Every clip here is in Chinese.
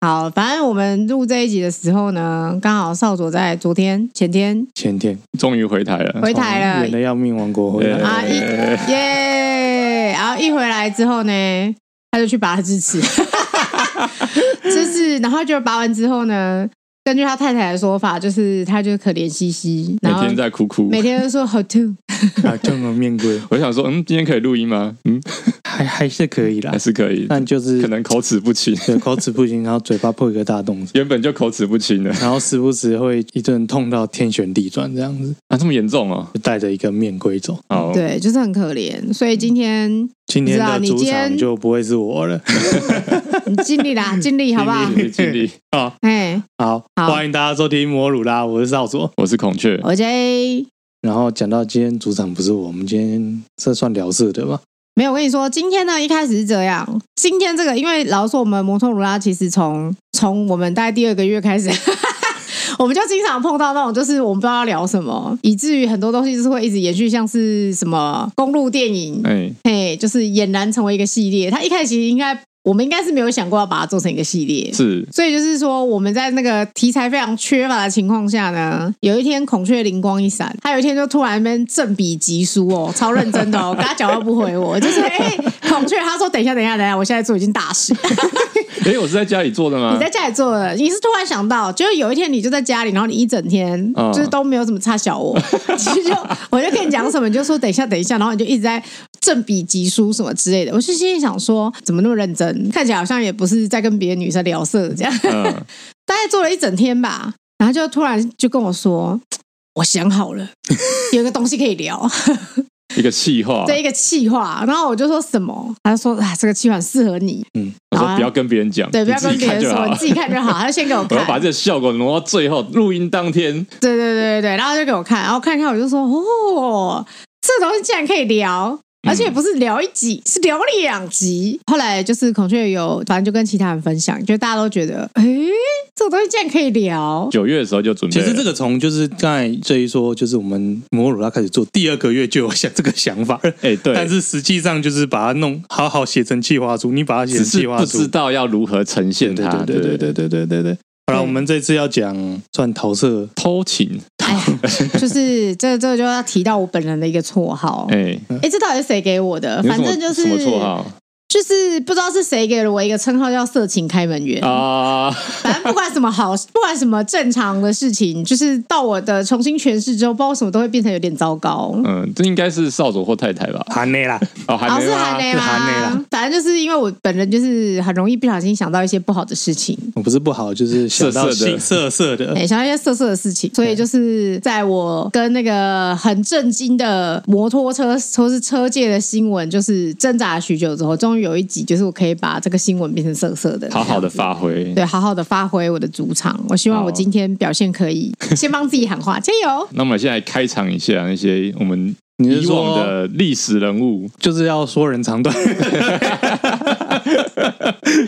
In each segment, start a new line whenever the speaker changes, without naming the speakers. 好，反正我们录这一集的时候呢，刚好少佐在昨天、前天
前天啊
终于回台了。
回台了
远的要命，王国回
对
来，
啊一耶，然后一回来之后呢，他就去拔了智 齿，就是然后就拔完之后呢，根据他太太的说法，就是他就可怜兮兮，
每
然后
天在哭哭。
每天都说好痛，
啊，这么面鬼
我想说，嗯，今天可以录音吗？嗯，
还还是可以啦
还，是可以，
但就是
可能口齿不清，
对口齿不清，然后嘴巴破一个大洞，
原本就口齿不清的
然后时不时会一顿痛到天旋地转这样子，
啊，这么严重哦。
就带着一个面龟走。
好，
对，就是很可怜。所以今 天
今天
不知道
的
你
主
今天
场就不会是我了。
你尽力啦，尽力好不好
尽？力 尽力。
好，
哎，
好，
好
欢迎大家收听摩鲁拉，我是少佐。
我是孔雀，
我 J
然后讲到今天主场不是我，我们今天这算聊色的吧？
没有，我跟你说，今天呢一开始是这样。今天这个，因为老实说，我们摩托罗拉其实从从我们大概第二个月开始， 我们就经常碰到那种，就是我们不知道要聊什么，以至于很多东西就是会一直延续，像是什么公路电影，
哎，
嘿，就是俨然成为一个系列。它一开始其实应该我们应该是没有想过要把它做成一个系列，
是
所以就是说，我们在那个题材非常缺乏的情况下呢，有一天孔雀灵光一闪，他有一天就突然那边正比疾书哦，超认真的哦，跟他讲话不回我，就是哎、孔雀，他说等一下，等一下，等一下，我现在做一件大事，
哎，我是在家里做的吗？
你在家里做的，你是突然想到，就是有一天你就在家里，然后你一整天
嗯
就是都没有怎么差小我，其实就我就跟你讲什么，你就说等一下，等一下，然后你就一直在正比疾书什么之类的，我就心里想说，怎么那么认真，看起来好像也不是在跟别的女生聊色这样。
嗯，
大概做了一整天吧，然后就突然就跟我说：“我想好 了，有一个东西可以聊，
一个气话。
这一个气话。”然后我就说什么？他就说：“啊，这个气话很适合你，
嗯，
我
好
说
啊
不要跟别人讲，
对，不要
你自
跟
己
别
看
人
就
说，
好
你。自己看 就好。”他就先给我
我
看
要，把这个效果挪到最后，录音当天
对对对对对，然后就给我看，然后看一看我就说：“哦，这东西竟然可以
嗯
聊。”而且不是聊一集，是聊两集。后来就是孔雀有，反正就跟其他人分享，就大家都觉得，哎，这个东西竟然可以聊，
九月的时候就准备
其
了。
实这个从就是刚才这一说，就是我们摩鲁拉开始做第二个月就有想这个想法了，
哎，对，
但是实际上就是把它弄好好写成计划书，你把它写
只
成
是
计划
不
书
知。道要如何呈现
对
它。
对对对对对对对。好了，我们这次要
嗯
讲算桃色，
偷情，
哎 呀，就是这这就要提到我本人的一个绰号。哎、
哎，
这到底是谁给我的？
你有
反
什么
正就是
什么绰号
就是不知道是谁给了我一个称号叫“色情开门员”
啊？
反正不管什么好，不管什么正常的事情，就是到我的重新诠释之后，不知道为什么都会变成有点糟糕。
嗯，这应该是少佐或太太吧？
含内 啦，
哦，还
哦，
没
是
吗？
韩雷
是韩磊
吗
啦？
反正就是因为我本人就是很容易不小心想到一些不好的事情，
我不是不好，就是想到
色色的
性色色的
哎、，想到一些色色的事情，所以就是在我跟那个很震惊的摩托车或是车界的新闻，就是挣扎了许久之后，终于有一集，就是我可以把这个新闻变成色色的，
好好的发挥。
对，好好的发挥我的主场。我希望我
好
今天表现可以，先帮自己喊话，加油！
那我们现在开场一下那些我们
你是
以
说
往的历史人物，
就是要说人长短，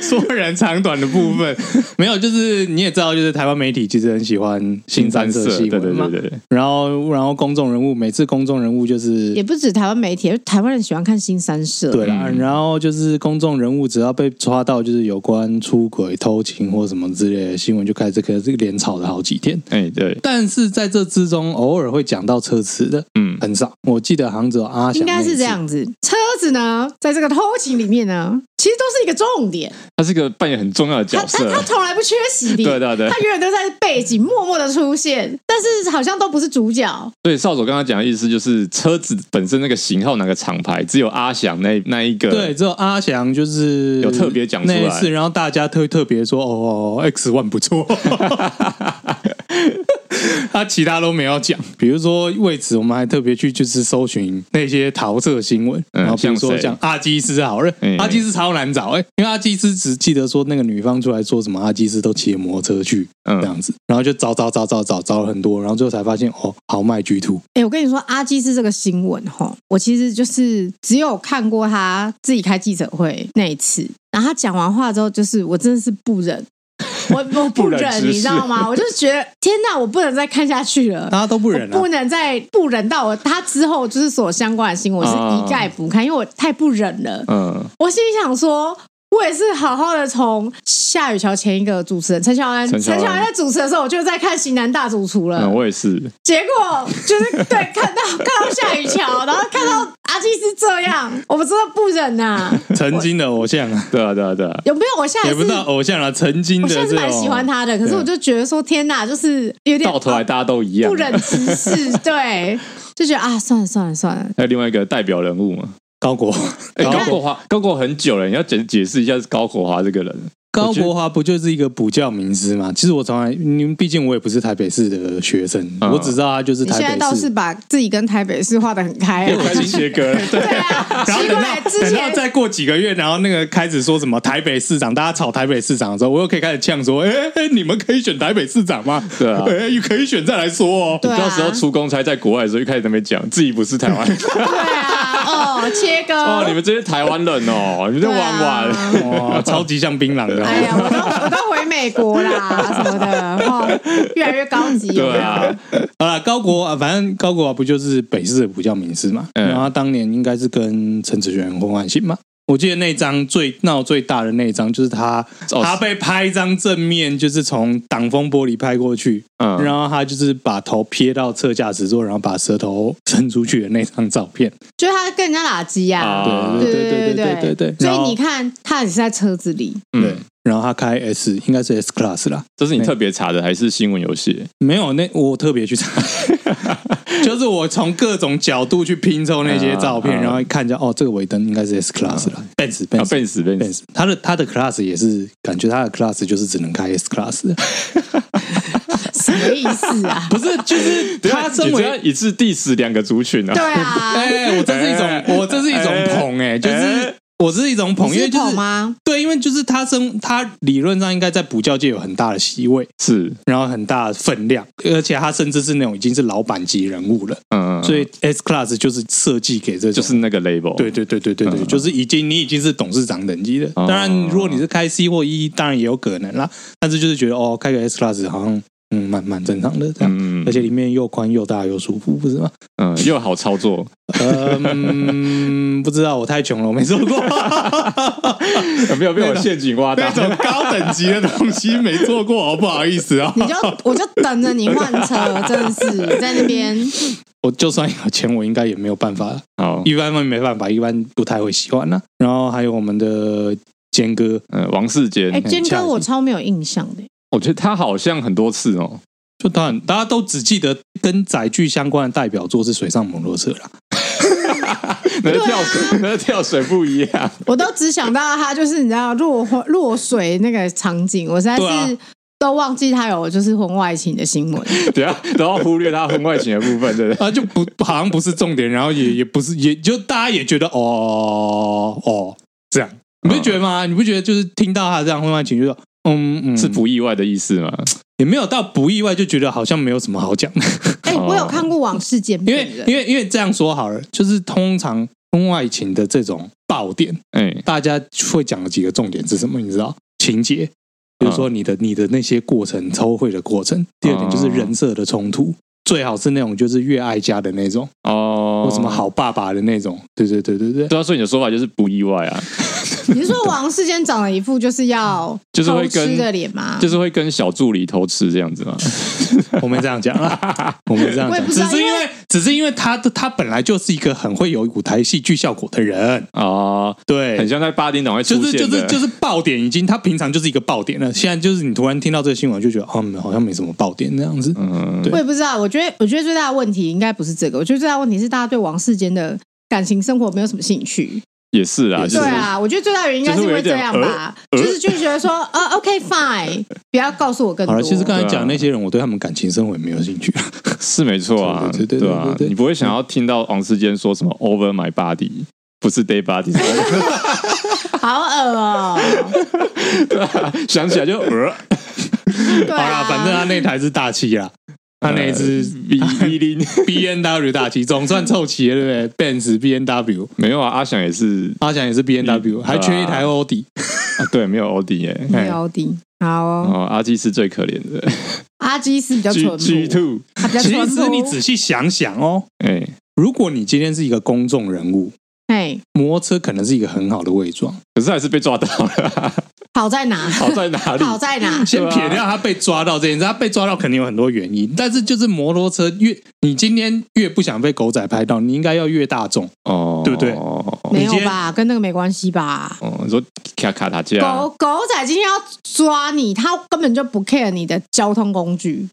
说人长短的部 分没有，就是你也知道，就是台湾媒体其实很喜欢新三色
对
新
对
闻
对
嘛，
对对，
然后然后公众人物每次公众人物就是
也不止台湾媒体，台湾人喜欢看新三社，
对啦，
嗯
然后就是公众人物只要被抓到，就是有关出轨、偷情或什么之类的新闻，就开始这个这个连吵了好几天。
哎对，
但是在这之中，偶尔会讲到车词的
嗯，
很少。我记得杭州阿翔
应该
那一
是
次
这，样子。车子呢，在这个偷情里面呢，其实都是一个重点，
他是个扮演很重要的角
他他
色
他，从来不缺席的。
对对对
他，永远都在背景默默的出现，但是好像都不是主角。
所以少佐刚刚讲的意思就是车子本身那个型号哪个厂牌，只有阿翔那那一个，
对，只有阿翔就是
有特别讲出来
那一次，然后大家特特别说哦，X One 不错。 他其他都没有讲，比如说为此我们还特别去就是搜寻那些桃色新闻，
嗯
然后比如
像
说
谁
讲阿基斯好了，
嗯
阿基斯超难找哎、因为阿基斯只记得说那个女方出来说什么阿基斯都骑着摩托车去这
嗯，
样子，然后就找找找找找找了很多，然后最后才发现哦，豪迈 G Two
哎、我跟你说，阿基是这个新闻哈，我其实就是只有看过他自己开记者会那一次，然后他讲完话之后，就是我真的是不 忍，我我不
不忍
忍，
直视
你知道吗？我就觉得天哪，我不能再看下去了。
大家都不忍
我
啊
哦不，能再不忍到我他之后就是所有相关的新闻，我是一概不看，因为我太不忍了。
嗯，
我心里想说，我也是好好的从下雨桥前一个主持人陈小安，
陈
陈
小安
小安在主持的时候，我就在看《型男大主厨》了。
嗯，我也是，
结果就是对，看到看到下雨桥，然后看到阿基是这样，我们真的不忍呐、
曾经的偶像啊，
对啊，对啊，对啊，
有没有？我下一
也不
次
到偶像啊，曾经
我
的
现在是
这
蛮
种
喜欢他的，可是
对
我就觉得说，天哪，就是有点啊
到头来大家都一样啊
不。忍直视，对，就觉得啊，算了算了算了，
还有另外一个代表人物嘛，
高国
哎，
哦
高
高国华，高国华很久了，你要解解释一下是高国华这个人。
高国华不就是一个补教名师嘛？其实我从来，因为毕竟我也不是台北市的学生，
嗯
我只知道他就是
你
台
现在
北
倒是
市。
把自己跟台北市画的很开
又
啊，
开始切割了， 对，
对啊，
然后
奇
等
怪，
到
之
等到
前
再过几个月，然后那个开始说什么台北市长，大家吵台北市长的时候，我又可以开始呛说：“哎、哎你们可以选台北市长吗？
对啊
哎、可以选再来说哦。
对啊
到时候出公差在国外的时候，一开始在那边讲自己不是台 湾人，
对啊，哦，切割，
哦，你们这些台湾人哦，你们在
对
玩玩。
啊
哇，哦超级像槟榔的、
哎呀，我都我都回美国啦，什么的，哦，越来越高级，有没有？
对啊，
好了，高国啊，反正高国啊，不就是北市的补教名师嘛？
嗯
然后他当年应该是跟陈子璇婚外情嘛。我记得那张最闹最大的那一张，就是他、
哦
他被拍一张正面，就是从挡风玻璃拍过去，
嗯
然后他就是把头撇到侧驾驶座，然后把舌头伸出去的那张照片。
就是他跟人家垃圾呀，
啊
哦
对
对对
对
对对对对。
所
然后
以你，看，他也是在车子里，
对
嗯，，
然后他开 S，应该是 S Class 啦。
这是你特别查的还是新闻有写？
没有，那我特别去 查，就是我从各种角度去拼凑那些照片，
嗯嗯
然后一看一下，哦，这个尾灯应该是 S class 了，Benz
啊
Benz
，Benz Benz，
Benz，他的他的 class 也是，感觉他的 class 就是只能开 S class，
什么意思啊？
不是，就是他身
你这
为。
样一次 diss 两个族群啊
对，啊，
哎，我这是一种，我这是一种捧，哎，就是
哎
我这是一种捧，
你
因为
是
就
捧
是
吗？
对，因为就是他身他理论上应该在补教界有很大的席位，
是，
然后很大的分量，而且他甚至是那种已经是老板级人物了，
嗯，
所以 S class 就是设计给这种
就是那个 label，
对对对对对对，
嗯
就是已经你已经是董事长等级的。
哦
当然，如果你是开 C 或 E，当然也有可能啦。但是就是觉得哦，开个 S class 好像嗯蛮蛮正常的这样，
嗯，嗯，
而且里面又宽又大又舒服，不是吗？
嗯又好 操作，
嗯， 不知道，我太穷了，我没做过
有呃没有被我
啊
陷阱挖
那
到？
种高等级的东西，没做过，好不好意思啊、
你 就我就等着你换车，真的是在那 边。
我就算有钱，我应该也没有办法，
好，
一般没办法，一般不太会喜欢呢、然后还有我们的坚哥，
嗯，王世坚
哎、，坚
恰
哥，
如
我超没有印象的。
我觉得他好像很多次哦，
就当然，大家都只记得跟载具相关的代表作是水上摩托车啦。
那是跳水，那是跳水不一样，
我都只想到他就是你知道落花落水那个场景，我实在是、
对啊
都忘记他有就是婚外情的新 闻。
等一下都要忽略他婚外情的部分，对不对？
啊，就不好像不是重点，然后也也不是，也就大家也觉得哦哦这样，你不觉得吗？你不觉得就是听到他这样婚外情，就说嗯嗯，
是不意外的意思嘛？
也没有到不意外，就觉得好像没有什么好讲的，
哎、
哦
我有看过《往事剪
因
片
为》
的，
因为因为这样说好了，就是通常婚外情的这种爆点，
哎，
大家会讲的几个重点是什么？你知道情节，
嗯
比如说你的、你的那些过程，抽会的过程。第二点就是人设的冲
嗯
突，最好是那种就是越爱家的那种，
哦，
或什么好爸爸的那种。对对对对对。
对啊，所以你的说法就是不意外啊，
你是说王世坚长了一副就是要
就是会跟
偷吃的脸吗？
就是会跟小助理偷吃这样子嘛。
我们这样讲啦，我们这样
我也
讲，
不知
只
道
是因
因
为只是因为他他本来就是一个很会有舞台戏剧效果的人，
哦，很
对。
像在八点档会出
就是
现的，
就是就是爆点，已经他平常就是一个爆点了。现在就是你突然听到这个新闻，就觉得哦，嗯好像没什么爆点那样子。
嗯，
对
我也不知道。我觉得我觉得最大的问题应该不是这个，我觉得最大的问题是大家对王世坚的感情生活没有什么兴趣。
也是啦，
也是
就
对
是
啊，我觉得最大原因应该是因为这样吧，
就是
就
会
是就
有
觉得说，呃，OK fine，不要告诉我更
好
多。
了，其实刚才
对啊
讲那些人，我对他们感情生活也没有兴趣。
是没错啊，
对对对对
啊
对对，对
你不会想要听到王世坚说什么 “over my body”，不是 “day body”，是 over-
好恶哦、
对啊，想起 来就呃，
对
好
啊
啦，，反正他那台是大气啦，他那一只
V V 零
B N W 大气，总算凑齐了，对不对？Benz B N W，
没有啊，阿翔也是
阿翔也是 B N W，
嗯
还缺一台欧迪。
啊，对，没有欧弟耶。
没有底。好哦，
哦，阿基是最可怜的
阿基是比较
，G
淳
G
朴，
Two，
他比较
其
淳
实
朴。
你仔细想想哦，
哎，
如果你今天是一个公众人物，
哎，
摩托车可能是一个很好的伪装，
可是还是被抓到了，
好在哪？
好在哪里？
好在哪？
先撇掉他被抓到这件事，他被抓到肯定有很多原因，但是就是摩托车越你今天越不想被狗仔拍到，你应该要越大众，
哦，
对不对
哦，
没
你今
有
天
吧？跟那个没关系吧？
你说卡卡塔加，
狗狗仔今天要抓你，他根本就不 care 你的交通工具。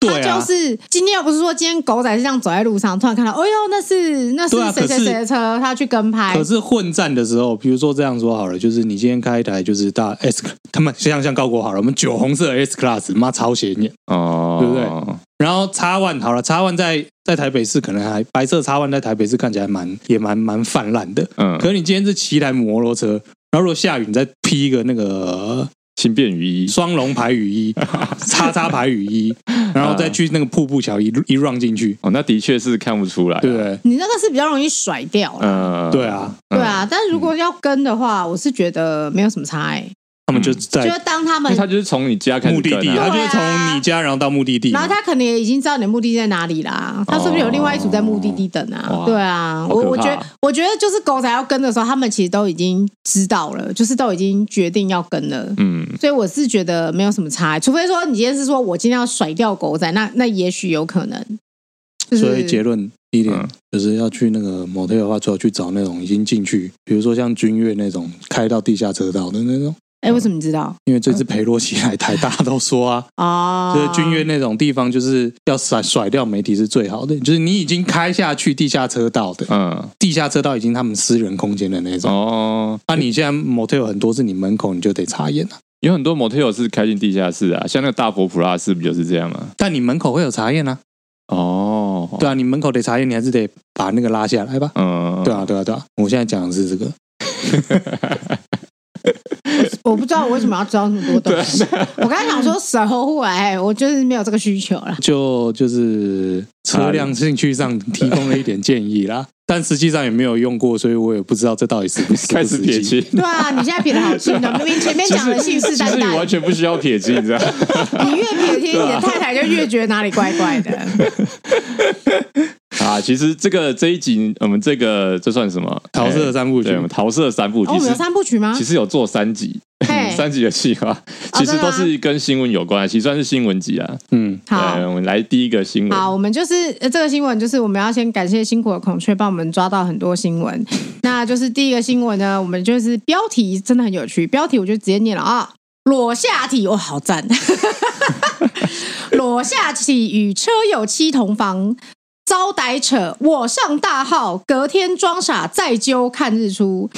对
他
啊
就，是今天又不是说今天狗仔是这样走在路上，突然看到，哎呦，那是那是
对啊
谁
可
谁
是
谁的车，他去跟拍
可。是混战的时候，比如说这样说好了，就是你今天开一台就是大 S，他们像像高国好了，我们酒红色的 S Class，妈超显眼。
哦，
对不对？然后叉 One 好了，叉 One 在在台北市可能还白色叉 One 在台北市看起来蛮也蛮蛮泛滥的。可
嗯，
是你今天是骑一台摩托车，然后如果下雨，你再披一个那个
新变雨衣，
双龙牌雨衣、 叉叉牌雨衣，然后再去那个瀑布桥一一 run 进去，
哦，那的确是看不出来，啊
对不，对？
你那个是比较容易甩掉了，
嗯，
对啊，
嗯
对，啊。但如果要跟的话，我是觉得没有什么差哎、
他们就
欸，就
在
当他
因
们
为，他就是从你家开
目
始
的
跟
地，
啊，
他
对啊
就是从你家然后到目的地嘛
然后。他可能也已经知道你的目的地在哪里啦。他是不是有另外一组在目的地等啊
哇？
对啊，
好
我我
可怕
觉得我觉得就是狗仔要跟的时候，他们其实都已经知道了，就是都已经决定要跟了。
嗯，
所以我是觉得没有什么差，除非说你今天是说我今天要甩掉狗仔，那那也许有可能。就是、
所以结论第一点
嗯
就是要去那个 motel 的话，最好去找那种已经进去，比如说像君悦那种开到地下车道的那种。
哎、
嗯
为什么你知道？
因为这次裴洛西来台，大家都 说啊，
哦，
就是君悦那种地方，就是要甩甩掉媒体是最好的，就是你已经开下去地下车道的，
嗯，
地下车道已经他们私人空间的那种。
哦，
那、你现在 motel 很多是你门口你就得查验啊了、
有很多 motel 是开进地下室啊，像那个大佛普拉斯不就是这样吗？
但你门口会有查验啊，
哦，
对啊，你门口得查验，你还是得把那个拉下来吧。
嗯，
对啊，对啊，对啊，我现在讲的是这个，
我不知道我为什么要知道那么多东西。我刚才想说守护哎，我就是没有这个需求了。
就就是车辆兴趣上提供了一点建议啦，但实际上也没有用过，所以我也不知道这到底是 不是
开始撇清。
对啊，你现在撇的好轻哦，明明前面讲的信誓
其
旦
实啊你完
旦，
全不需要撇清，你知道 吗？
你越撇清，你的太太就越觉得哪里怪怪 的。
啊，其实这个这一集，我们这个这算什么？哎
桃色三部曲
对，我们桃色三部曲
哦，我们有
是
三部曲吗
其？实有做三集，
嘿 哦
三集的计划其实都是跟新闻有关，其实算是新闻集啊。
嗯，
好
对，。我们来第一个新闻。
好，我们就是呃这个新闻，就是我们要先感谢辛苦的孔雀帮我们抓到很多新 闻。那就是第一个新闻呢，我们就是标题真的很有趣，标题我就直接念了啊，裸下体哦，好 赞！裸下体与车友妻同房。遭逮扯，我上大号，隔天装傻再揪看日出，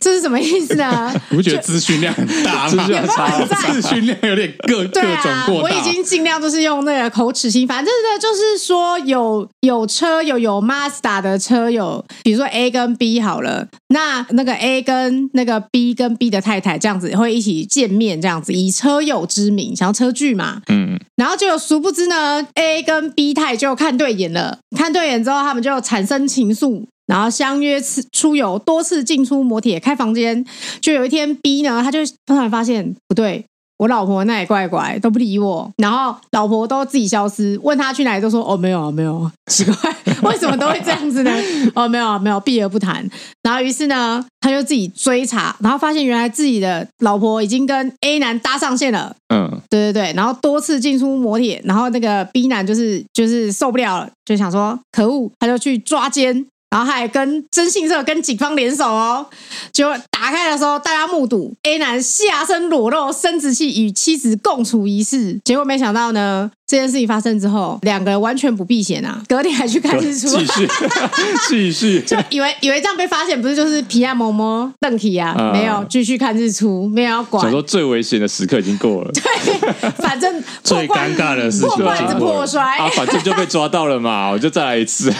这是什么意思啊呢？
你不觉得资讯量很大吗？
资讯量
超大
资讯量有点各各
对
种
啊，
过
我
大。
已经尽量就是用那个口齿心，反正呢就是说有有车友有 Mazda 的车友，比如说 A 跟 B 好了，那那个 A 跟那个 B 跟 B 的太太这样子会一起见面，这样子以车友之名，想要车距嘛，
嗯，
然后就殊不知呢，A 跟 B 太就看对眼了，看对眼之后，他们就产生情愫，然后相约次出游，多次进出摩铁开房间。就有一天，B 呢，他就突然发现不对，我老婆那也怪怪，都不理我，然后老婆都自己消失，问他去哪里都说哦没有啊没有啊，奇怪， 为什么都会这样子呢？哦没有啊没有啊，避而不谈。然后于是呢，他就自己追查，然后发现原来自己的老婆已经跟 A 男搭上线了。
嗯，
对对对，然后多次进出摩铁，然后那个 B 男就是就是受不了了，就想说可恶，他就去抓奸，然后还跟征信社跟警方联手哦。结果打开的时候，大家目睹 A 男下身裸露生殖器与妻子共处一室，结果没想到呢，这件事情发生之后，两个人完全不避嫌啊，隔天还去看日 出。
继续，继续，
就以为以为这样被发现，不是就是皮亚嬷嬷邓体啊？
嗯
没有，继续看日出，没有要管
想。说最危险的时刻已经过了。
对，反正
最
破罐
尴尬的事情
破罐子破摔。
啊，反正就被抓到了嘛，我就再来一次。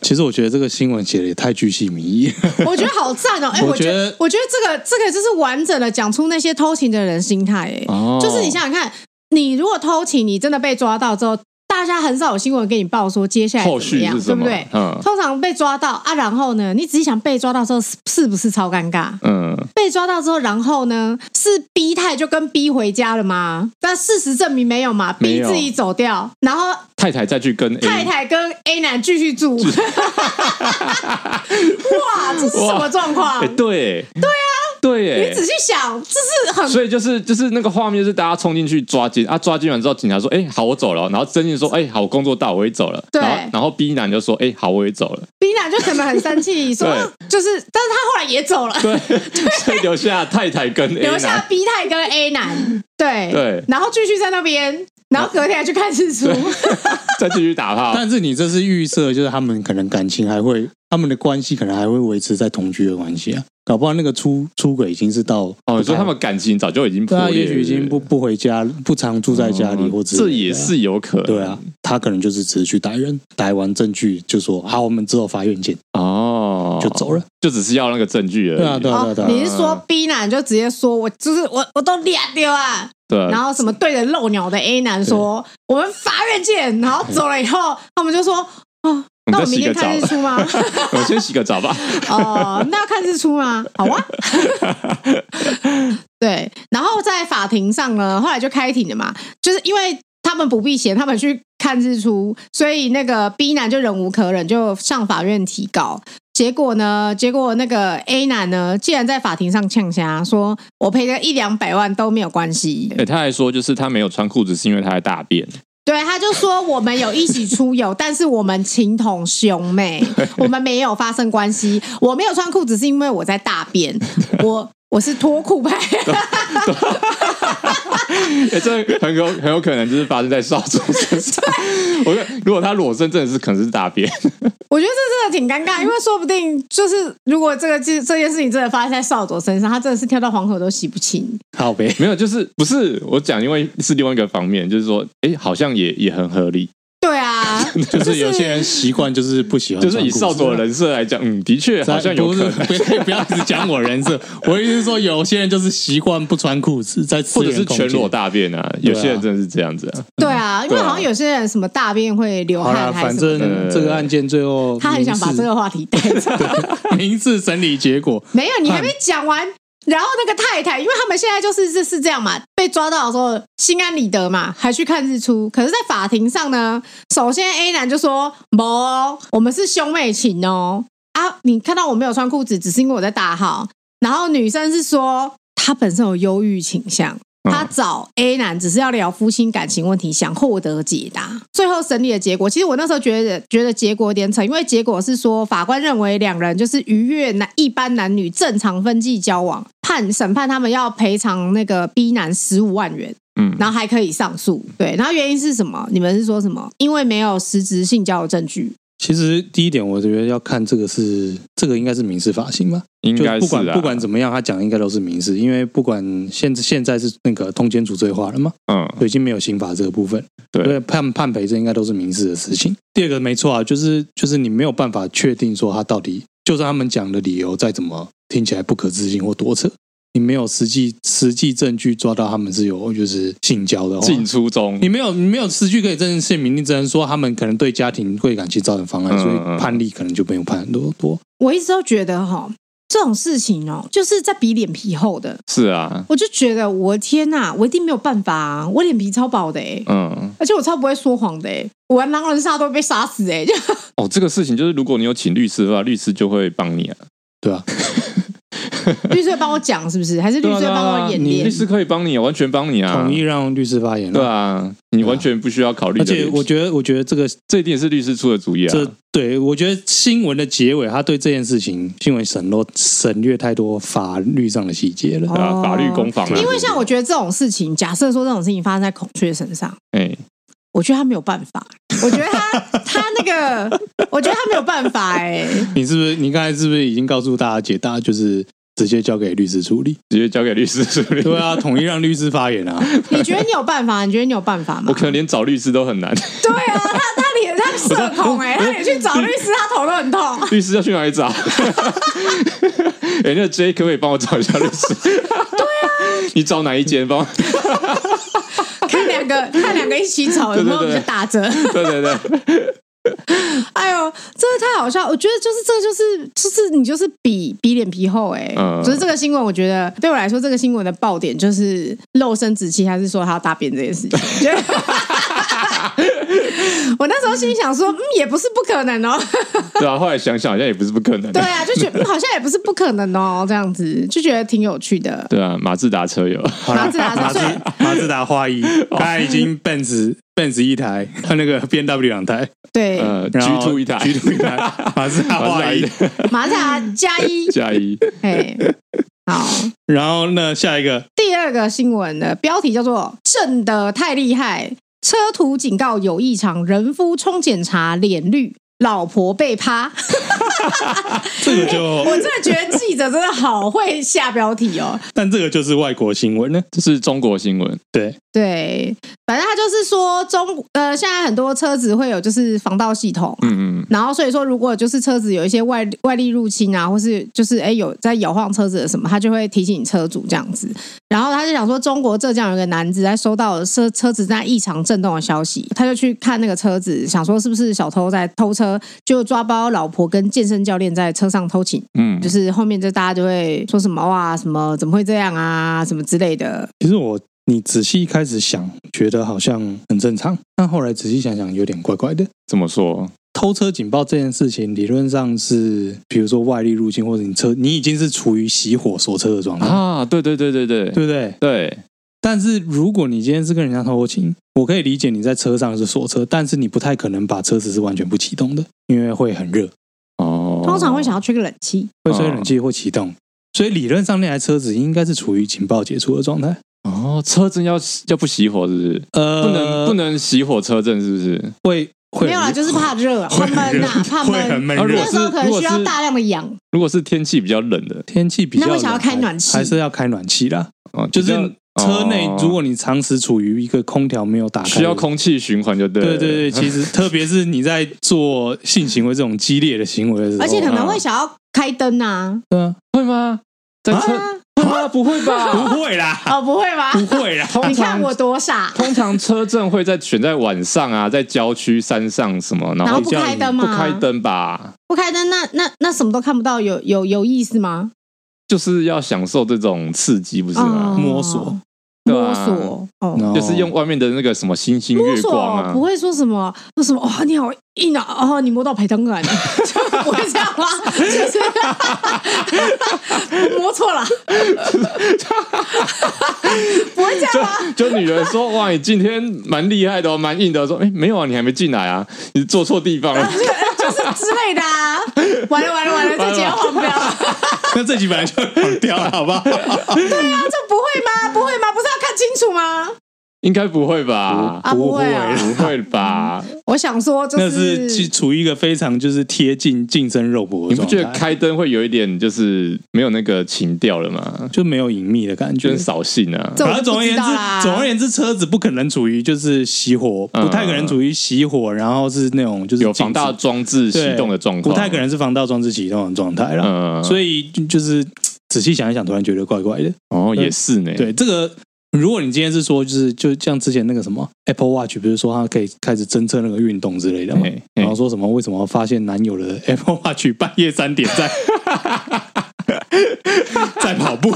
其实我觉得这个新闻写的也太居细靡遗，
我觉得好赞哦！哎、
我
我觉
觉得
得，我觉得这个这个就是完整的讲出那些偷情的人心态、哎、
哦
就是你想想看，你如果偷情，你真的被抓到之后，大大家很少有新闻给你报说接下来
后
怎么
续
样，
是
对
什
不
么？
对？
嗯
通常被抓到啊，然后呢，你仔细想被抓到之后是是不是超尴尬？
嗯，
被抓到之后，然后呢，是逼太就跟逼回家了吗？但事实证明没有嘛，
没
逼
有
自己走掉，然后
太太再去跟 A，
太太跟 A 男继续 住。哇，这是什么状况？
哎，
你
对，对啊，对，哎
仔细想，这是很
所以就是就是那个画面，就是大家冲进去抓奸啊，抓奸完之后，警察说：“哎、好，我走了。”然后真进说：“哎、好，我工作到，我也走了。”
对
然后然后 B 男就说：“哎、好，我也走了。
B 男就可能很生气，说
对
就是，但是他后来也走了”。
对，所以留下太太跟 A
留下
男。
B 太跟 A 男，对
对
然后继续在那边，然后隔天还去看日出，
再继续打炮，
但是你这是预设，就是他们可能感情还会，他们的关系可能还会维持在同居的关系啊。搞不好那个出出轨已经是到
哦，你说他们感情早就已经
对
破
啊，
裂，
也许已经不哦不回家，不常住在家里，
嗯
或者
这也是有可能，
对啊，他可能就是只是去逮人，逮完证据就说好，我们之后法院见，
哦，
就走了。
就只是要那个证据而已，
对啊，对啊，
哦
对啊，对啊
你是
嗯
说 B 男就直接说我就是我我都脸丢啊，
对啊
然后什么对着漏鸟的 A 男说我们法院见，然后走了以后，他们就说哦，
我
那
们
我
再
明
洗
天
个澡
看日出吗？
我先洗个 澡吧，
哦，那要看日出吗？好啊。 对，然后在法庭上呢，后来就开庭了嘛，就是因为他们不避嫌，他们去看日出，所以那个 B 男就忍无可忍，就上法院提告。结果呢？结果那个 A 男呢，竟然在法庭上呛虾，说我赔个一两百万都没有关系
哎、。他还说，就是他没有穿裤子是因为他在大便，
对，他就说我们有一起出 游，但是我们情同兄妹，我们没有发生关系。我没有穿裤子是因为我在大 便，我我是脱裤派。
欸、这很有很有可能就是发生在少主身上。我觉得如果他裸身，真的是可能是大便。
我觉得这真的挺尴尬，因为说不定就是如果这个这这件事情真的发生在少佐身上，他真的是跳到黄河都洗不清。
好呗，
没有，就是不是我讲，因为是另外一个方面，就是说，哎，好像也也很合理。
对啊，
就是有些人习惯就是不喜欢
就
穿裤
是
子，
以少佐的人设来讲，嗯，的确
在。
好像有
不
可
是，
能，
不不要一直讲我人设。我意思是说，有些人就是习惯不穿裤子，在私
或者
人
是
空间
全裸。大便啊，有些人真的是这样子啊。
对啊，因为好像有些人什么大便会流
好啦，
汗还
反
是什么的，
正这个案件最后
他很想把这个话题带走。
民事审理结果，
没有，你还没讲完。然后那个太太，因为他们现在就是是是这样嘛，被抓到的时候心安理得嘛，还去看日出。可是，在法庭上呢，首先 A 男就说：“某，我们是兄妹情哦。”啊，你看到我没有穿裤子，只是因为我在大号。然后女生是说，她本身有忧郁倾向，
嗯
她找 A 男只是要聊夫妻感情问题，想获得解答。最后审理的结果，其实我那时候觉得觉得结果有点扯，因为结果是说法官认为两人就是逾越男一般男女正常分际交往，判审判他们要赔偿那个 B 男十五万元。
嗯，
然后还可以上诉，对，然后原因是什么？你们是说什么？因为没有实质性交的证据，
其实第一点，我觉得要看这个是这个应该是民事法刑吧，
应
就
该
不
是
管
啊，
不管怎么样，他讲的应该都是民事，因为不管现现在是那个通奸处罪化了嘛，
嗯，
已经没有刑法这个部分，
对
所以判判赔这应该都是民事的事情。第二个没错啊，就是就是你没有办法确定说他到底，就算他们讲的理由再怎么听起来不可置信或多扯，你没有实际实际证据抓到他们是有就是性交的话，
进出中
你没有你没有实据可以证实明，你只能说他们可能对家庭会感情造成妨碍，
嗯
所以判例可能就没有判很多多。
我一直都觉得哈，这种事情哦，就是在比脸皮厚的。
是啊，
我就觉得我天呐，我一定没有办法、啊，我脸皮超薄的哎、
嗯，
而且我超不会说谎的哎、我玩狼人杀都会被杀死哎、 就
哦，这个事情就是如果你有请律师的话，律师就会帮你啊，
对啊，
律师会帮我讲是不是？还是律师会帮我演
律
练？
师可以帮你啊，完全帮你啊，
统一让律师发言了。
对啊，你完全不需要考虑
而
这个
且
问题。
我觉得，我觉得这个
这一定是律师出的主意啊。
这对我觉得新闻的结尾，他对这件事情新闻省略省略太多法律上的细节了。
哦
啊，法律攻防啊，
因为像我觉得这种事情，假设说这种事情发生在孔雀身上，
哎，
我觉得他没有办法，我觉得 他他那个，我觉得他没有办法哎、
你是不是你刚才是不是已经告诉大家解答，就是直接交给律师处理？
直接交给律师处 理。
对啊，统一让律师 发言啊。
你觉得你有办法？你觉得你有办法吗？
我可能连找律师都很 难，
对啊，他他脸他社恐哎、他连去找律师，他头都很痛。
律师要去哪里找？哎，那个 J 可不可以 帮我找一下律师？对啊，你找哪一间帮我？
看两两个看两个一起吵，有没有
对对
比
对
较打折？
对对对，
哎呦，真的太好笑！我觉得就是这就是就是你就是比比脸皮厚哎、
嗯
就是这个新闻，我觉得对我来说这个新闻的爆点就是露生殖器，还是说他要大便这件事情。 觉得我那时候心里想说，嗯，也不是不可能哦。
对啊，后来想想好像也不是不可能。
对啊，就觉得、嗯、好像也不是不可能哦，这样子就觉得挺有趣的。
对啊，马自达车友，
好了
马自达哦
马自
所以
马自达花一，它已经 Benz Benz 一台，它那个 B N W 两台
对，
呃，G
然后
two 一台，
，G two 一台，马自达花一
马。自达，
马上啊加一
加一，
哎，好。
然后呢，下一个
第二个新闻的标题叫做“震得太厉害，车途警告有异常，人夫冲检查脸绿，老婆被趴”。
这个就，
我真的觉得记者真的好会下标题哦。
但这个就是外国新闻呢。
这是中国新闻，
对，
对，反正他就是说中呃，现在很多车子会有就是防盗系统。
嗯嗯，
然后，所以说，如果就是车子有一些外外力入侵啊，或是就是哎有在摇晃车子的什么，他就会提醒车主这样子。然后他就想说，中国浙江有个男子在收到车车子在异常震动的消息，他就去看那个车子，想说是不是小偷在偷车，就抓包老婆跟健身教练在车上偷情。
嗯
就，是后面就大家就会说什么哇，什么怎么会这样啊，什么之类的。
其实我你仔细一开始想，觉得好像很正常，但后来仔细想想，有点怪怪的。
怎么说？
偷车警报这件事情，理论上是，比如说外力入侵，或者你车，你已经是处于熄火锁车的状
嗯
态，
啊，对对对对对
对不对？
对，
但是如果你今天是跟人家偷情，我可以理解你在车上是锁车，但是你不太可能把车子是完全不启动的，因为会很热，
哦，
通常会想要吹个冷气，
会吹冷气，会启动，所以理论上那台车子应该是处于警报解除的状态。
哦，车震要要不熄火是不是？
呃，
不能不能熄火车震是不是？
会会
没有啦，就是怕热啊，怕
会很
闷
热
呐，怕
会很
闷。
闷
啊如
热
果
那。时候可
如
能
果
需
是
要大量的氧。
如果是天气比较冷的，
天气比较
那会
冷，
想要开暖气
还是要开暖气啦。
哦，
就是
比较
车内
哦，
如果你长时处于一个空调没有打开，
需要。空气循环就对
对
了。
对对，其 实特别是你在做性行为这种激烈的行为的时候，哦
而且可能会想要开灯啊，
对啊
会吗？在车
啊
会吗？不会吧？
不会 啦，
哦，不会吧？
不会啦，
通
你看
常
我多傻，
通常车震会在选在晚上啊，在郊区、山上什么，然
然后
后
不开灯
不
吗？
开，灯吧，
不开灯，那那那什么都看不到，有有有意思吗？
就是要享受这种刺激，不是
哦
吗？
摸索，
对
摸
啊
索，哦，
就是用外面的那个什么星星
摸
月光
索
啊
不，会说什么，说什么哇，你好硬啊， 哦，你摸到排灯感，就不会这样吗？就是 摸错了， 不会这样吗？
就女人说：“哇，你今天蛮厉害的哦，蛮硬的哦。”说：“哎，没有啊，你还没进来啊，你坐错地方 了。
就是之类的啊，完了完了完了，这节目黄标了。
那这集本来就跑掉 了，好不好？
对啊，这不会吗？不会吗？不是要看清楚吗？”
应该不会吧？
啊不会啊
不会吧？
我想说，就
那是去处于一个非常就是贴近近身肉搏
你
的状
不觉得
态，
开灯会有一点就是没有那个情调了吗？
就没有隐秘的感
就
觉
很。扫兴啊。
这
反
我
正
就
总
不
而
知
言之
道啦。，
总而言之，车子不可能处于就是熄火，不太可能处于熄火，然后是那种就是
嗯有
静
防盗
止
装置启
对
动的状况，
不太可能是防盗装置启动的状态啦。
嗯，
所
以
以就就是仔细想一想，突然觉得怪怪的。
哦也是呢，，
对这个，如果你今天是说就是就像之前那个什么 Apple Watch，不是说它可以开始侦测那个运动之类的嘛
嘿嘿？
然后说什么为什么发现男友的 Apple Watch 半夜三点在在跑 步？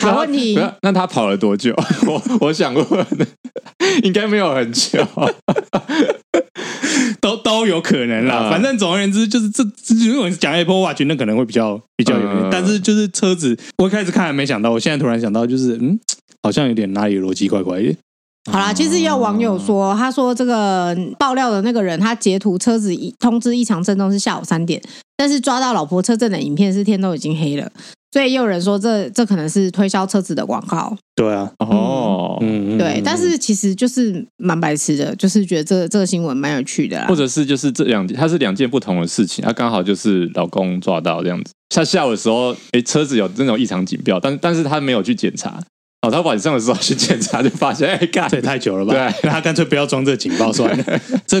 好啊问题
不，要，那他跑了多久？ 我我想问，应该没有很久，
都都有可能啦。
啊
反正总而言之，就是这这如果你讲 Apple Watch，那可能会比较比较有点。
嗯
但是就是车子，我一开始看还没想到，我现在突然想到，就是嗯，好像有点哪里逻辑怪怪的。
好啦，其实也有网友说，他说这个爆料的那个人，他截图车子一通知异常震动是下午三点，但是抓到老婆车震的影片是天都已经黑了，所以也有人说这这可能是推销车子的广告。
对啊，
哦，
嗯，嗯
对，
嗯
但是其实就是蛮白痴的，就是觉得这这个新闻蛮有趣的啦
或。者是就是这两，它是两件不同的事情，他刚好就是老公抓到这样子。下下午的时候，哎，车子有那种异常警报，但但是他没有去检查，哦，他晚上的时候去检查就发现，哎，干
这，也太久了吧？
对，
那他干脆不要装这警报算了。这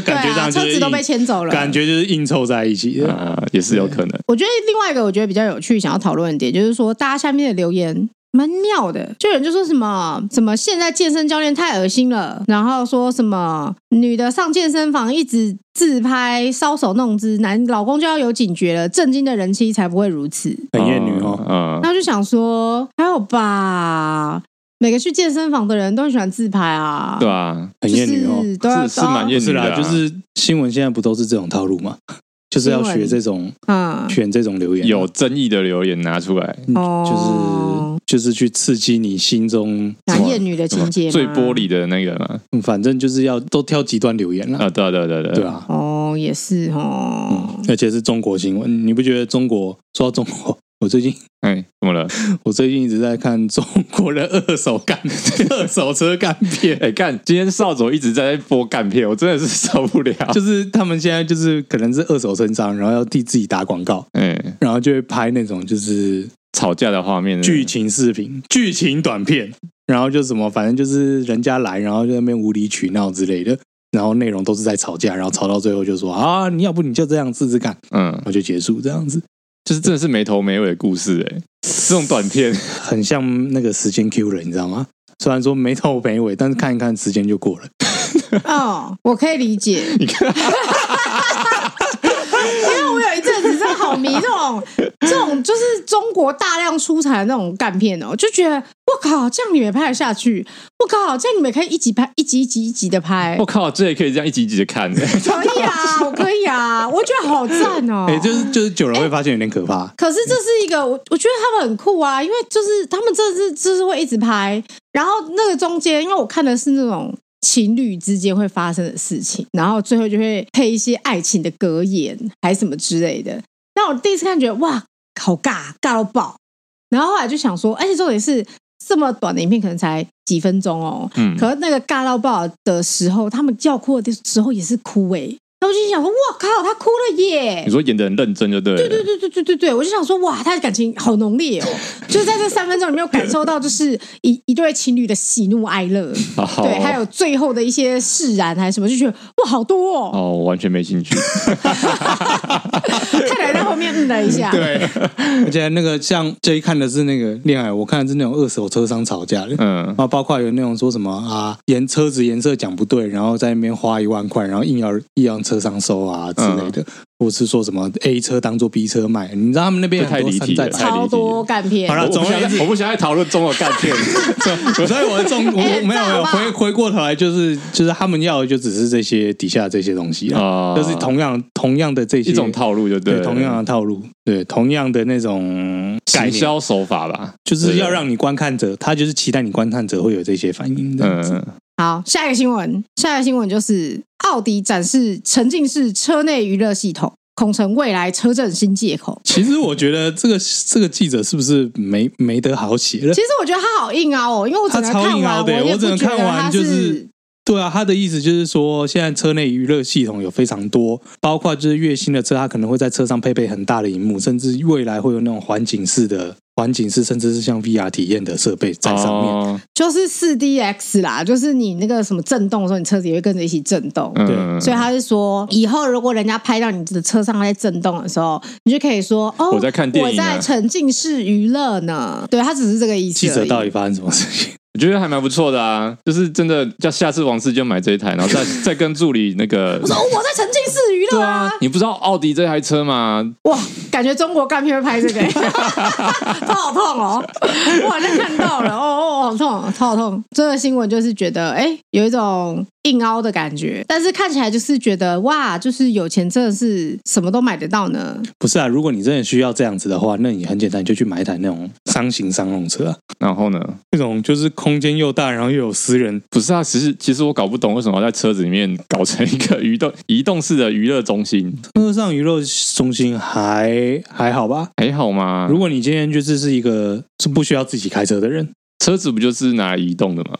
对
感觉
啊，
上就
车
是
子都被
硬
牵走了，
感觉就是硬凑在一起呃的。
啊，也是有可能。
我觉得另外一个我觉得比较有趣，想要讨论的点就是说，大家下面的留言蛮妙的。就有人就说什么什么现在健身教练太恶心了，然后说什么女的上健身房一直自拍搔首弄姿，男老公就要有警觉了，震惊的人妻才不会如此。
很厌女哦。
嗯，
然后就想说，还好吧，每个去健身房的人都很喜欢自拍啊，
对啊，
很厌女哦
就是都要
是是蛮厌
是
女的
啦，
啊，
就是新闻现在不都是这种套路吗？就是要学这种
嗯，
选这种留言，啊
有争议的留言拿出来，
哦
就是就是去刺激你心中
拿
什么
艳女的情节吗
哦最玻璃的那个嘛，
嗯反正就是要都挑极端留言了，
啊，对啊对啊对啊对啊
对，啊，
哦，也是
嗯
哦，
呃
而且是中国新闻，你不觉得中国说到中国？我最近
哎，怎么了？
我最近一直在看中国的二手干二手车干片，
哎，干，今天扫帚一直在播干片，我真的是受不了。
就是他们现在就是可能是二手身商，然后要替自己打广告，
哎，
然后就会拍那种就是
吵架的画面，
剧情视频、剧情短片，然后就什么，反正就是人家来，然后就在那边无理取闹之类的，然后内容都是在吵架，然后吵到最后就说啊，你要不你就这样试试看，
嗯
然，后就结束，这样子
就是真的是没头没尾的故事，哎，这种短片，
很像那个时间 Q 人，你知道吗？虽然说没头没尾，但是看一看时间就过了。
哦，我可以理解。因 为我有一阵子真的好迷这种这种，就是中国大量出产的那种干片哦，就觉得我靠，这样你们也拍得下去？我靠，这样你们也可以一集拍一集一集一集的拍
我，靠，这也可以这样一集一集的 看，
可以啊，我可以啊，我觉得好赞哦。
哎、就是就是久了会发现有点可怕。
可是这是一个我我觉得他们很酷啊，因为就是他们这是就是会一直拍，然后那个中间，因为我看的是那种情侣之间会发生的事情，然后最后就会配一些爱情的格言还是什么之类的。那我第一次看觉得哇，好尬，尬到爆。然后后来就想说，而且重点是这么短的影片，可能才几分钟哦，
嗯，
可是那个尬到爆的时候，他们叫哭的时候也是哭诶、然后我就想说，哇靠，他哭了耶！
你说演的很认真就对了，
对对对对对对对，我就想说，哇，他的感情好浓烈哦，就是在这三分钟里面，有感受到就是一一对情侣的喜怒哀乐，
好
哦
好
对，还有最后的一些释然还是什么，就觉得哇，好多哦。
哦，我完全没兴趣，
看来在后面嗯了一下，
对，
哎
而且那个像 J 看的是那个恋爱，我看的是那种二手车商吵架的。
嗯
然，后包括有那种说什么啊，颜车子颜色讲不对，然后在那边花一万块，然后硬要硬要车商收啊之类
嗯
的，或是说什么 A 车当做 B 车卖，你知道他们那边有
这太
很多
离
山
题
寨
了
版，
太
超多干片
好。了
我我不想再我不想再讨论中国干片，
所以我的重我
哎
我
这
没有没
样
有
好不好
回回过头来就是就是他们要的就只是这些底下这些东西啊，
啊
就是同样同样的这些
一种套路就
对
了
同样的套路，对同样的那种概
行
念，
销手法吧，
就是要让你观看者他就是期待你观看者会有这些反应这样子。
嗯，
好，下一个新闻，下一个新闻就是奥迪展示沉浸式车内娱乐系统，恐成未来车震新借口。
其实我觉得这个这个记者是不是没没得好写了
其？实我觉得他好硬凹哦，因为我
他
整个
超
看
硬凹
完，
的，欸
也
我
不
只能
觉
看
得他
完就是。对啊，他的意思就是说，现在车内娱乐系统有非常多，包括就是越新的车，它可能会在车上配备很大的荧幕，甚至未来会有那种环景式的环景式，甚至是像 VR 体验的设备在上面。
面，
就是四 D X 啦，就是你那个什么震动的时候，你车子也会跟着一起震动。
嗯，
所以他是说，以后如果人家拍到你的车上在震动的时候，你就可以说：“哦，
我在看电影啊
我在沉浸式娱乐呢。”对他只是这个意思而已。
记者到底发生什么事情？
我觉得还蛮不错的啊，就是真的，叫下次王志就买这一台，然后再再跟助理那个
我，说哦我在沉浸式娱乐啊！
你不知道奥迪这台车吗？
哇，感觉中国干片会拍这个、 头好痛哦！我好像看到了，哦哦，好痛哦，头好痛！这个新闻就是觉得，哎，有一种硬凹的感觉，但是看起来就是觉得，哇，就是有钱真的是什么都买得到呢。
不是啊，如果你真的需要这样子的话，那你很简单，你就去买一台那种商型商用车、啊，
然后呢？
那种就是空间又大，然后又有私人
不是啊，其实其实我搞不懂为什么要在车子里面搞成一个移动移动式的娱乐中心，
车上娱乐中心还还好吧？
还好吗？
啊如果你今天就是是一个是不需要自己开车的人，
车子不就是拿来移动的吗？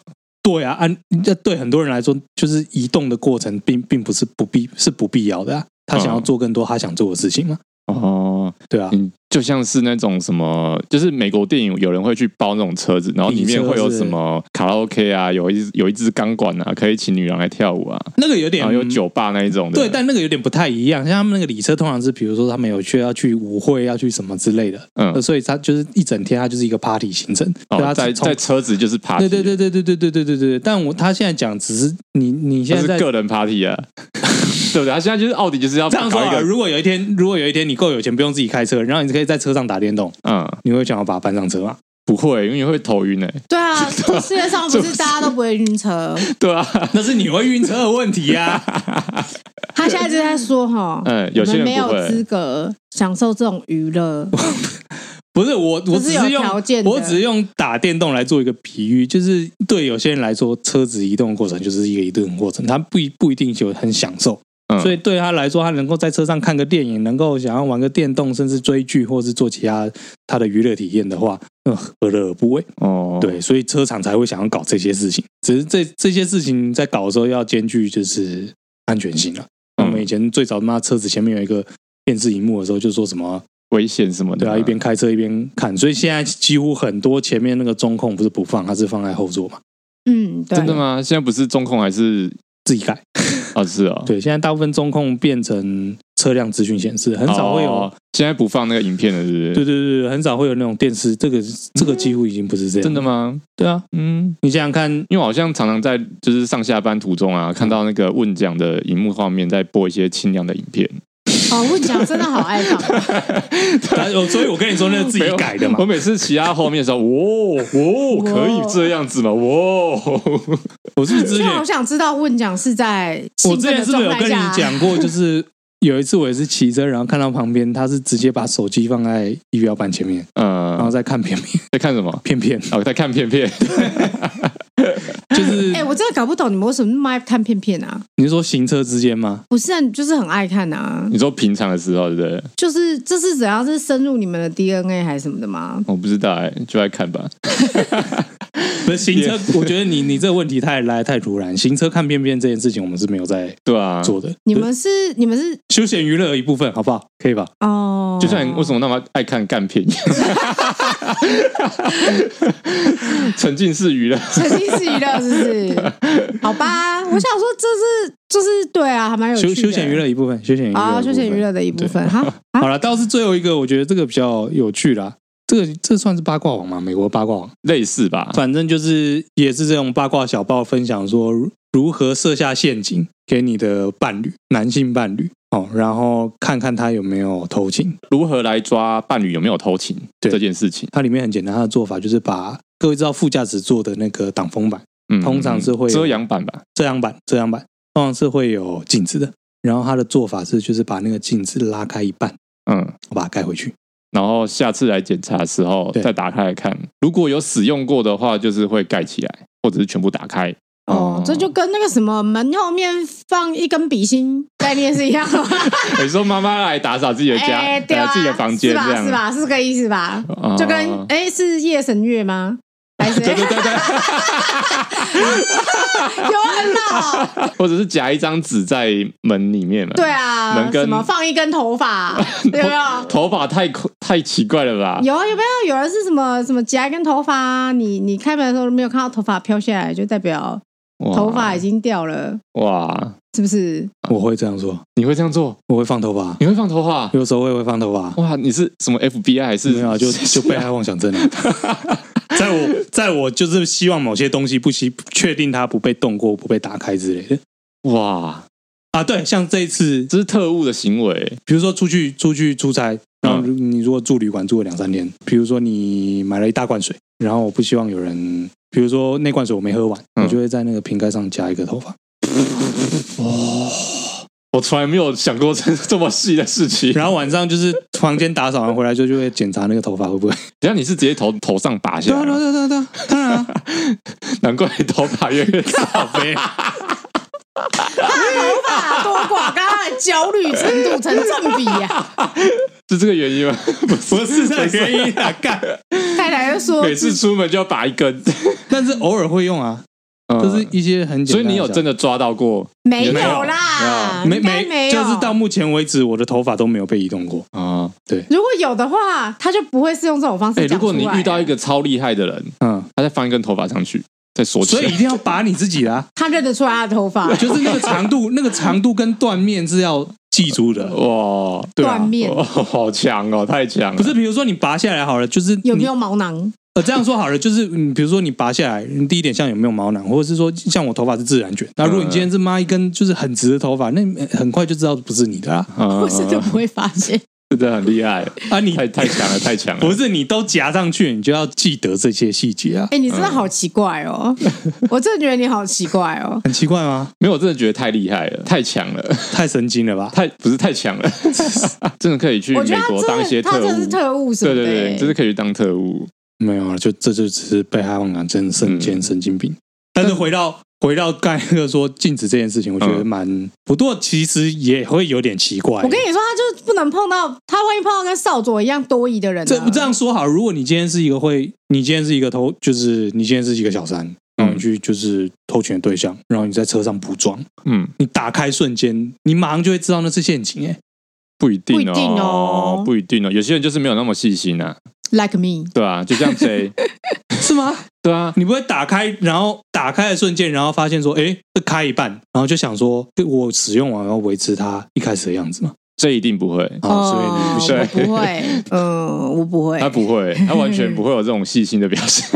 对啊，按这对很多人来说，就是移动的过程并并不嗯是不必是不必要的、啊。他想要做更多他想做的事情嘛，
哦，
对啊，
你就像是那种什么，就是美国电影有人会去包那种车子，然后里面会有什么卡拉 OK 啊，有一有一支钢管啊，可以请女郎来跳舞啊，
那个有点
然后有酒吧那一种的。
对，但那个有点不太一样。像他们那个礼车，通常是比如说他们有去要去舞会，啊要去什么之类的，
嗯
呃，所以他就是一整天，他就是一个 party 行程。对
哦，
他
在
从
在车子就是
对
party，
对对对对对对对对对。但我他现在讲只是你你
这
现在
是
在
个人 party 啊， 对不对？他现在就是奥迪就是要
这样说
搞一
啊，
个，
如果有一天如果有一天你够有钱，不用自己开车，然后你可以在车上打电动，
嗯，
你会想要把它搬上车吗？
不会，因为会头晕哎、
对啊，世界上不是大家都不会晕车。
对啊，
那是你会晕车的问题呀、啊。
他现在就在说哈，
呃
嗯 有
我
些
们
人
没
不会
有资格享受这种娱 乐。
不是我，我
这
只
是有
是用
条件的
我只是用打电动来做一个比喻，就是对有些人来说，车子移动的过程就是一个移动的过程，他不一不一定就很享受。
嗯
所以对他来说，他能够在车上看个电影，能够想要玩个电动，甚至追剧，或是做其他他的娱乐体验的话，那何乐而不为？
哦，
对，所以车厂才会想要搞这些事情。只是这这些事情在搞的时候要兼具就是安全性了。那我们以前最早他妈车子前面有一个电视荧幕的时候，就说什么
危险什么的
对
嘛，
啊，一边开车一边看，所以现在几乎很多前面那个中控不是不放，它是放在后座嘛，
嗯，对
真，的吗？现在不是中控还是
自己改。
啊是哦，
对，现在大部分中控变成车辆资讯显示，很少会有。
哦现在不放那个影片了，是不是？
对嗯对对，对很少会有那种电视，这个这个几乎已经不是这样。
真的？吗？
对啊，
嗯，
你想想看，
因为我好像常常在就是上下班途中啊，看到那个问奖的荧幕画面在播一些清凉的影片，
哦，问讲真的好爱放，
但哦所以我跟你说，那是 自己改的嘛
没有我。每次骑到后面的时候，哇哇，可以这样 子吗？哦哇，
我是不是
所
之
以我
前
想知道问讲是在
我
兴
之
奋
前
的
是不是有
状
跟
态
你
下，
讲过，就是有一次我也是骑车，然后看到旁边他是直接把手机放在仪表板前面，然后
嗯，
再看片片
在看什么？
片片，
哦，在看片 片，
就是
哎、我真的搞不懂你们为什么那么爱看片片啊？
你是说行车之间吗？
不是、啊，你就是很爱看啊，
你说平常的时候，对不对？
就是这是怎样是深入你们的 DNA 还是什么的吗？
我不知道哎、就爱看吧。
不是行车，我觉得你你这个问题太来得太突然。行车看片片这件事情，我们是没有在
对啊，
做的，
你们是你们是
休闲娱乐的一部分，好不好？可以吧？
哦，
就像你为什么那么爱看干 片一样，沉浸式娱乐。
沉浸式娱乐是不是？好吧，我想说这是就是对啊，还蛮有趣
休
的
休闲娱乐一部分，休闲娱乐
啊，休闲娱乐
的
的一部
对
分哈。
部分。
啊
好了，倒是最后一个，我觉得这个比较有趣啦。这个这算是八卦网吗？美国八卦网，
啊
类似吧，
反正就是也是这种八卦小报分享说如何设下陷阱给你的伴侣，男性伴侣哦，然后看看他有没有偷情。
如何来抓伴侣有没有偷情
对
这件事情，
它里面很简单，它的做法就是把各位知道副驾驶座的那个挡风板、
嗯
通常是会有
遮阳板吧，
遮阳板、遮阳板，通常是会有镜子的。然后它的做法是，就是把那个镜子拉开一半，
嗯，
把它盖回去。
然后下次来检查的时候
对
再打开来看，如果有使用过的话，就是会盖起来，或者是全部打开。
哦，这就跟那个什么门后面放一根笔芯概念是一样的吗？
你说妈妈来打扫自己的家，
哎，对啊，
呃自己的房间
是吧
这样
是？吧？是这个意思吧？
哦
就跟哎，是夜神月吗？还是
对对对对，
有很老，
或者是夹一张纸在门里面嘛？
对，啊，
能跟
什么放一根头 发，有没有？
头发太太奇怪了吧？
有啊，有没有有人是什么什么夹一根头发、啊？你你开门的时候没有看到头发飘下来，就代表
哇
头发已经掉了，
哇，
是不是？
我会这样做，
你会这样做？
我会放头发，
你会放头发？
有时候我也会放头发。
哇，你是什么 FBI 还是
没有啊，就就被害妄想症啊了。 在我在我就是希望某些东西不希确定它不被动过、不被打开之类的
哇，
啊。对，像这一次，
这是特务的行为
比如说出去出去出差，然后如你如果住旅馆住了两三天，比如说你买了一大罐水，然后我不希望有人，比如说那罐水我没喝完，
嗯
我就会在那个瓶盖上加一个头发，
哦。我从来没有想过这 这么细的事 情。
然后晚上就是房间打扫完回来就就会检查那个头发会不会。
等一下你是直接头头上拔
对
下
啊
来
对啊对啊
吗，
对啊，当然 啊，
难怪你头发越来越少。
头发多寡跟他的焦虑程度成正比呀、 啊。
是这个原因吗？ 不是，
不是这个原 因啊，干。
太太就说
每次出门就要拔一根。
但是偶尔会用啊，
嗯
这是一些很简
所
单
以你有真
的
的抓到过
没
没
有
有
啦，啊
没
应该
没
没有。
啊就是到目前为止，我的头发都没有被移动过。
啊？
如果有的话，他就不会是用这种方
哎、
式
如
讲出
果
来。啊，
你遇到一个超厉害的人，
嗯，
他再放一根头发上去，再锁起
所以一
来，
定要拔你自己啦
他认得出来他的头 发
就是那个长度，那个长度跟断面是要记住的。
哇，
对
断
啊，
面，
哇好强哦，太强了！
不是，比如说你拔下来好了，就是
有没
你
有毛囊？
嗯
呃，这样说好了，就是你比如说你拔下来，你第一点像有没有毛囊，或者是说像我头发是自然卷，那如果你今天是妈一根就是很直的头发，那你很快就知道不是你的啊。
嗯，
我真的不会发现。
真的很厉害，
啊你
太太强了，太强了！
不是你都夹上去，你就要记得这些细节啊，
哎，你真的好奇怪 哦！我真的觉得你好奇怪哦。
很奇怪吗？
没有，我真的觉得太厉害了，太强了，
太神经了吧？
太不是太强了， 真的可以去
我觉
美
得他
国当一
真
些
的，他
特
真的是
务。
特务什
对
么的
对
欸。
对，就是可以去当特务。
没有啊，就这就只是被害妄想症、神经神经病。但是回到回到刚才那个说禁止这件事情，我觉得
嗯
蛮不过，其实也会有点奇怪。
我跟你啊说，他就是不能碰到，他万一碰到跟少佐一样多疑的人、啊，
哦
这这样说好，如果你今天是一个会，你今天是一个偷，就是你今天是一个小三，然后你去就是偷情的对象，然后你在车上补妆，
嗯，
你打开瞬间，你马上就会知道那是陷阱、哎，
不一定
不一定哦
哦，不一定哦。有些人就是没有那么细心啊，
like me，
对啊，就 像 J，
是吗？
对啊，
你不会打开，然后打开的瞬间，然后发现说，哎，这开一半，然后就想说，诶我使用完要维持它一开始的样子嘛？
这一定不会，
啊，所以
哦
你不行。
哦我不 会，嗯，我不会，
他不会，他完全不会有这种细心的表 现。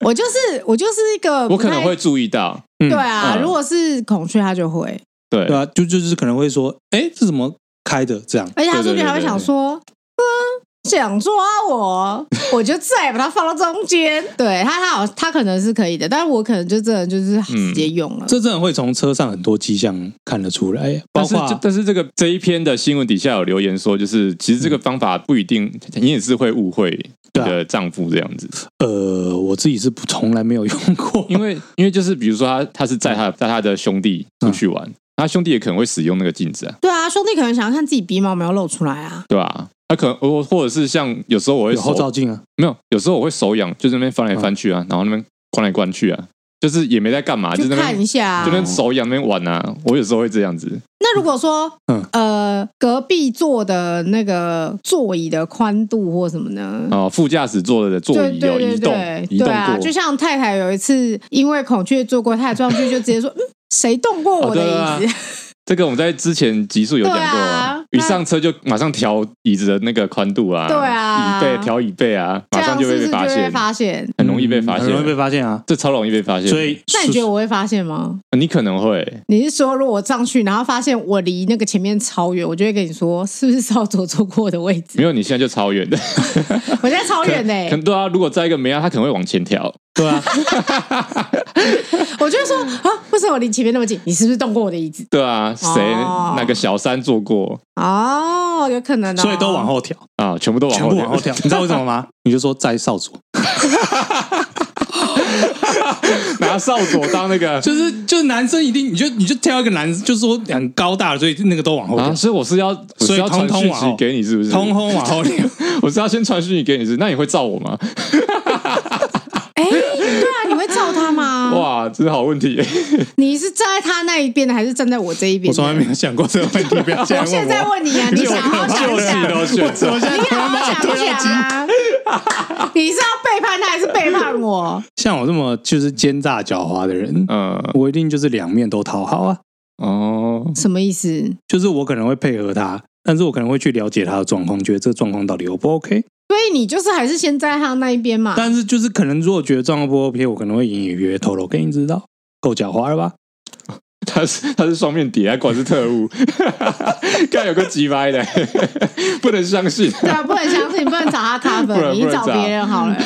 我就是我就是一个，
我可能会，注意到，
嗯
对啊，
嗯
如果是孔雀，他就会，
对
对啊，就就就是可能会说，哎，这怎么开的这样？
而且他说
对对
不
对
定还会想说，嗯，想抓我， 我就再把它放到中间，对他，他好，他可能是可以的，但是我可能就真的就是
嗯
直接用了，
这真的会从车上很多迹象看得出来，哎包
但是
括
这但是这个这一篇的新闻底下有留言说，就是其实这个方法不一定，你也是会误会你
对啊
的丈夫这样子，
呃，我自己是不从来没有用过，
因为因为就是比如说他他是载
嗯
他带他的兄弟出去玩，他兄弟也可能会使用那个镜子啊，
对啊，兄弟可能想要看自己鼻毛有没有露出来啊，
对吧、他可能我或者是像有时候我会
有后
手
照镜啊，
没有，有时候我会手痒，就在那边翻来翻去啊，
嗯
然后那边逛来逛去啊，就是也没在干嘛，就
去
在那
看
边
一下啊
就，跟手痒那边玩啊。我有时候会这样子，
那如果说，
嗯
呃，隔壁座的那个座椅的宽度或什么呢？
嗯
哦，副驾驶座的座
对
椅有
对对
移
对
动，移
对
动
啊，
过，
就像太太有一次因为孔雀坐过太太撞上去，就直接说：“嗯，谁动过我的
哦
椅
对
子
这个我们在之前集数有讲过
对啊
一上车就马上调椅子的那个宽度啊，
对啊
椅背调椅背啊，？”
这
马
样
上
是不
会
是
被
就
发
会
现，
发现？
很容易被发
嗯很容易被
现，
发现啊。
这超容易被发现。呃
所以，
那你觉得我会发现吗？
你可能会，
你是说，如果我上去，然后发现我离那个前面超远，我就会跟你说，是不是少佐坐过我的位置
没？有你现在就超远的，
我现在超远呢、
可能对啊。如果在一个没啊，他可能会往前调，
对啊，
我就会说啊，为什么我离前面那么近？你是不是动过我的椅子？
对啊，谁
哦
哪个小三做过
哦，有可能哦，
所以都往后调，
啊？全部 都往
全
后
部
调
往后调，你知道为什么吗？你就说在少佐，
拿少佐当那 个
就是就是男生一定，你就你就挑一个男，就是说很高大的，所以那个都往后
啊，
调，
所以我是要我
所
是
以
要
通
传
通
讯
往
息
后
给你是不是？
通通往后调。
我是要先传讯息给你是不是，那你会照我吗？
哎，对啊，你会照他 吗？
哇，这是好问题。
你是站在他那一边的，还是站在我这一边
我
的？
从来没有想过这个问题，不要这 样
我
问
现在问你啊，你想好想
我
一
自己
想，
都选择
我现在
你
他
好
妈
好
都
想一
要
想
急。
啊！你是要背叛他，还是背叛我？
像我这么就是奸诈狡猾的人，
嗯，
我一定就是两面都讨好啊。
哦，
什么意思？
就是我可能会配合他，但是我可能会去了解他的状况，觉得这个状况到底 O 不 OK。
所以你就是还是先在他那一边嘛？
但是就是可能如果觉得状况不 OK，我可能会隐隐约约透露给你知道。够狡猾了吧？
他是他是双面谍，他果然是特务， 刚有个鸡掰的， 不能相信。
对啊，不能相信，不能找他
不
cover，
能
你去找
不能找
别人 好了。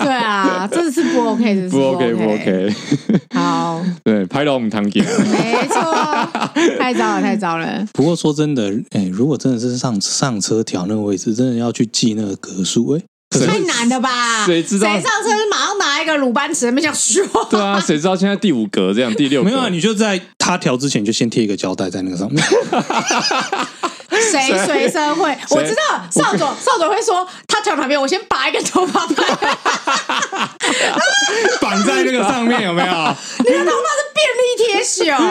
对啊，这是不 OK，这是
不 OK 不
不
OK，
好，
对，拍到我们堂姐，
没错， 太糟了，太糟了。
不过说真的，哎、如果真的是上上车调那个位置，真的要去记那个格数，哎、可
太
是
难了吧？
谁知道
谁上车马上拿一个鲁班尺，没想说。
对啊，谁知道现在第五格这
啊
样，第六格
没有啊，你就在他调之前就先贴一个胶带在那个上面，
谁随身会？我知道少 佐少佐会说他脚旁边，我先拔一根头发吧，
绑在那个上面有没有？
你的头发是便利贴 球，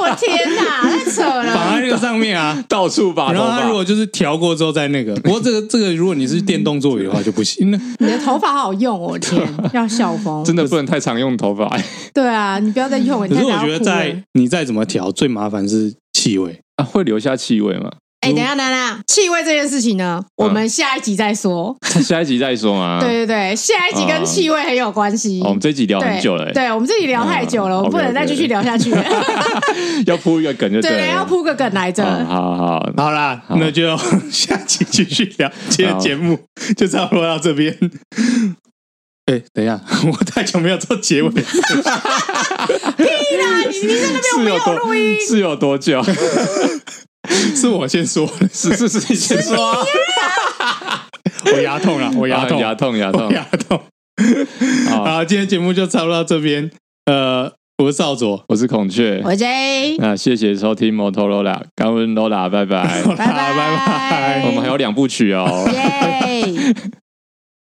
我天哪，太扯
绑
了！
在那个上面 啊。
到处拔
然
头
后它如
发。
果就是调过之后再那个，不过这个这个如果你是电动座椅的话就不 行了。
你的头发好好用哦，我 天，要笑疯。
真的不能太常用头 发哎
对啊，你不要再用了，
可
你
是
太
我
想要
觉得
哭了
在你再怎么调，最麻烦是气味。
啊，会留下气味吗？
哎、等一下，等一下，气味这件事情呢，
嗯
我们下一集再说。
下一集再说嘛。
对对对，下一集跟气味很有关系。
哦，我们这一集聊
对
很久了欸，
对我们这里聊太久了，
嗯
我们不能再继续
OK，OK
聊下去 了。
哎要铺一个梗就
对
了。
要铺个梗来着。
嗯好好，
好啦，
好
那就 下期继续聊，今天
好
的节目就差不多到这边。 哎、等一下， 我太久没有做结尾了，
对啦，你你在那边我
是
没
有
有录音
多，是有多久？
是我先说的，
是是是，你先说啊。
我牙痛了，我 牙
啊
痛，
牙痛，啊牙 痛
我。牙痛。
好，
好，今天节目就差不多到这边。呃，我是少佐，
我是孔雀。
我 J，
那谢谢收听 Motorola，感恩 Lola，拜拜。
拜
拜拜
拜，
我们还有两部曲哦。
耶。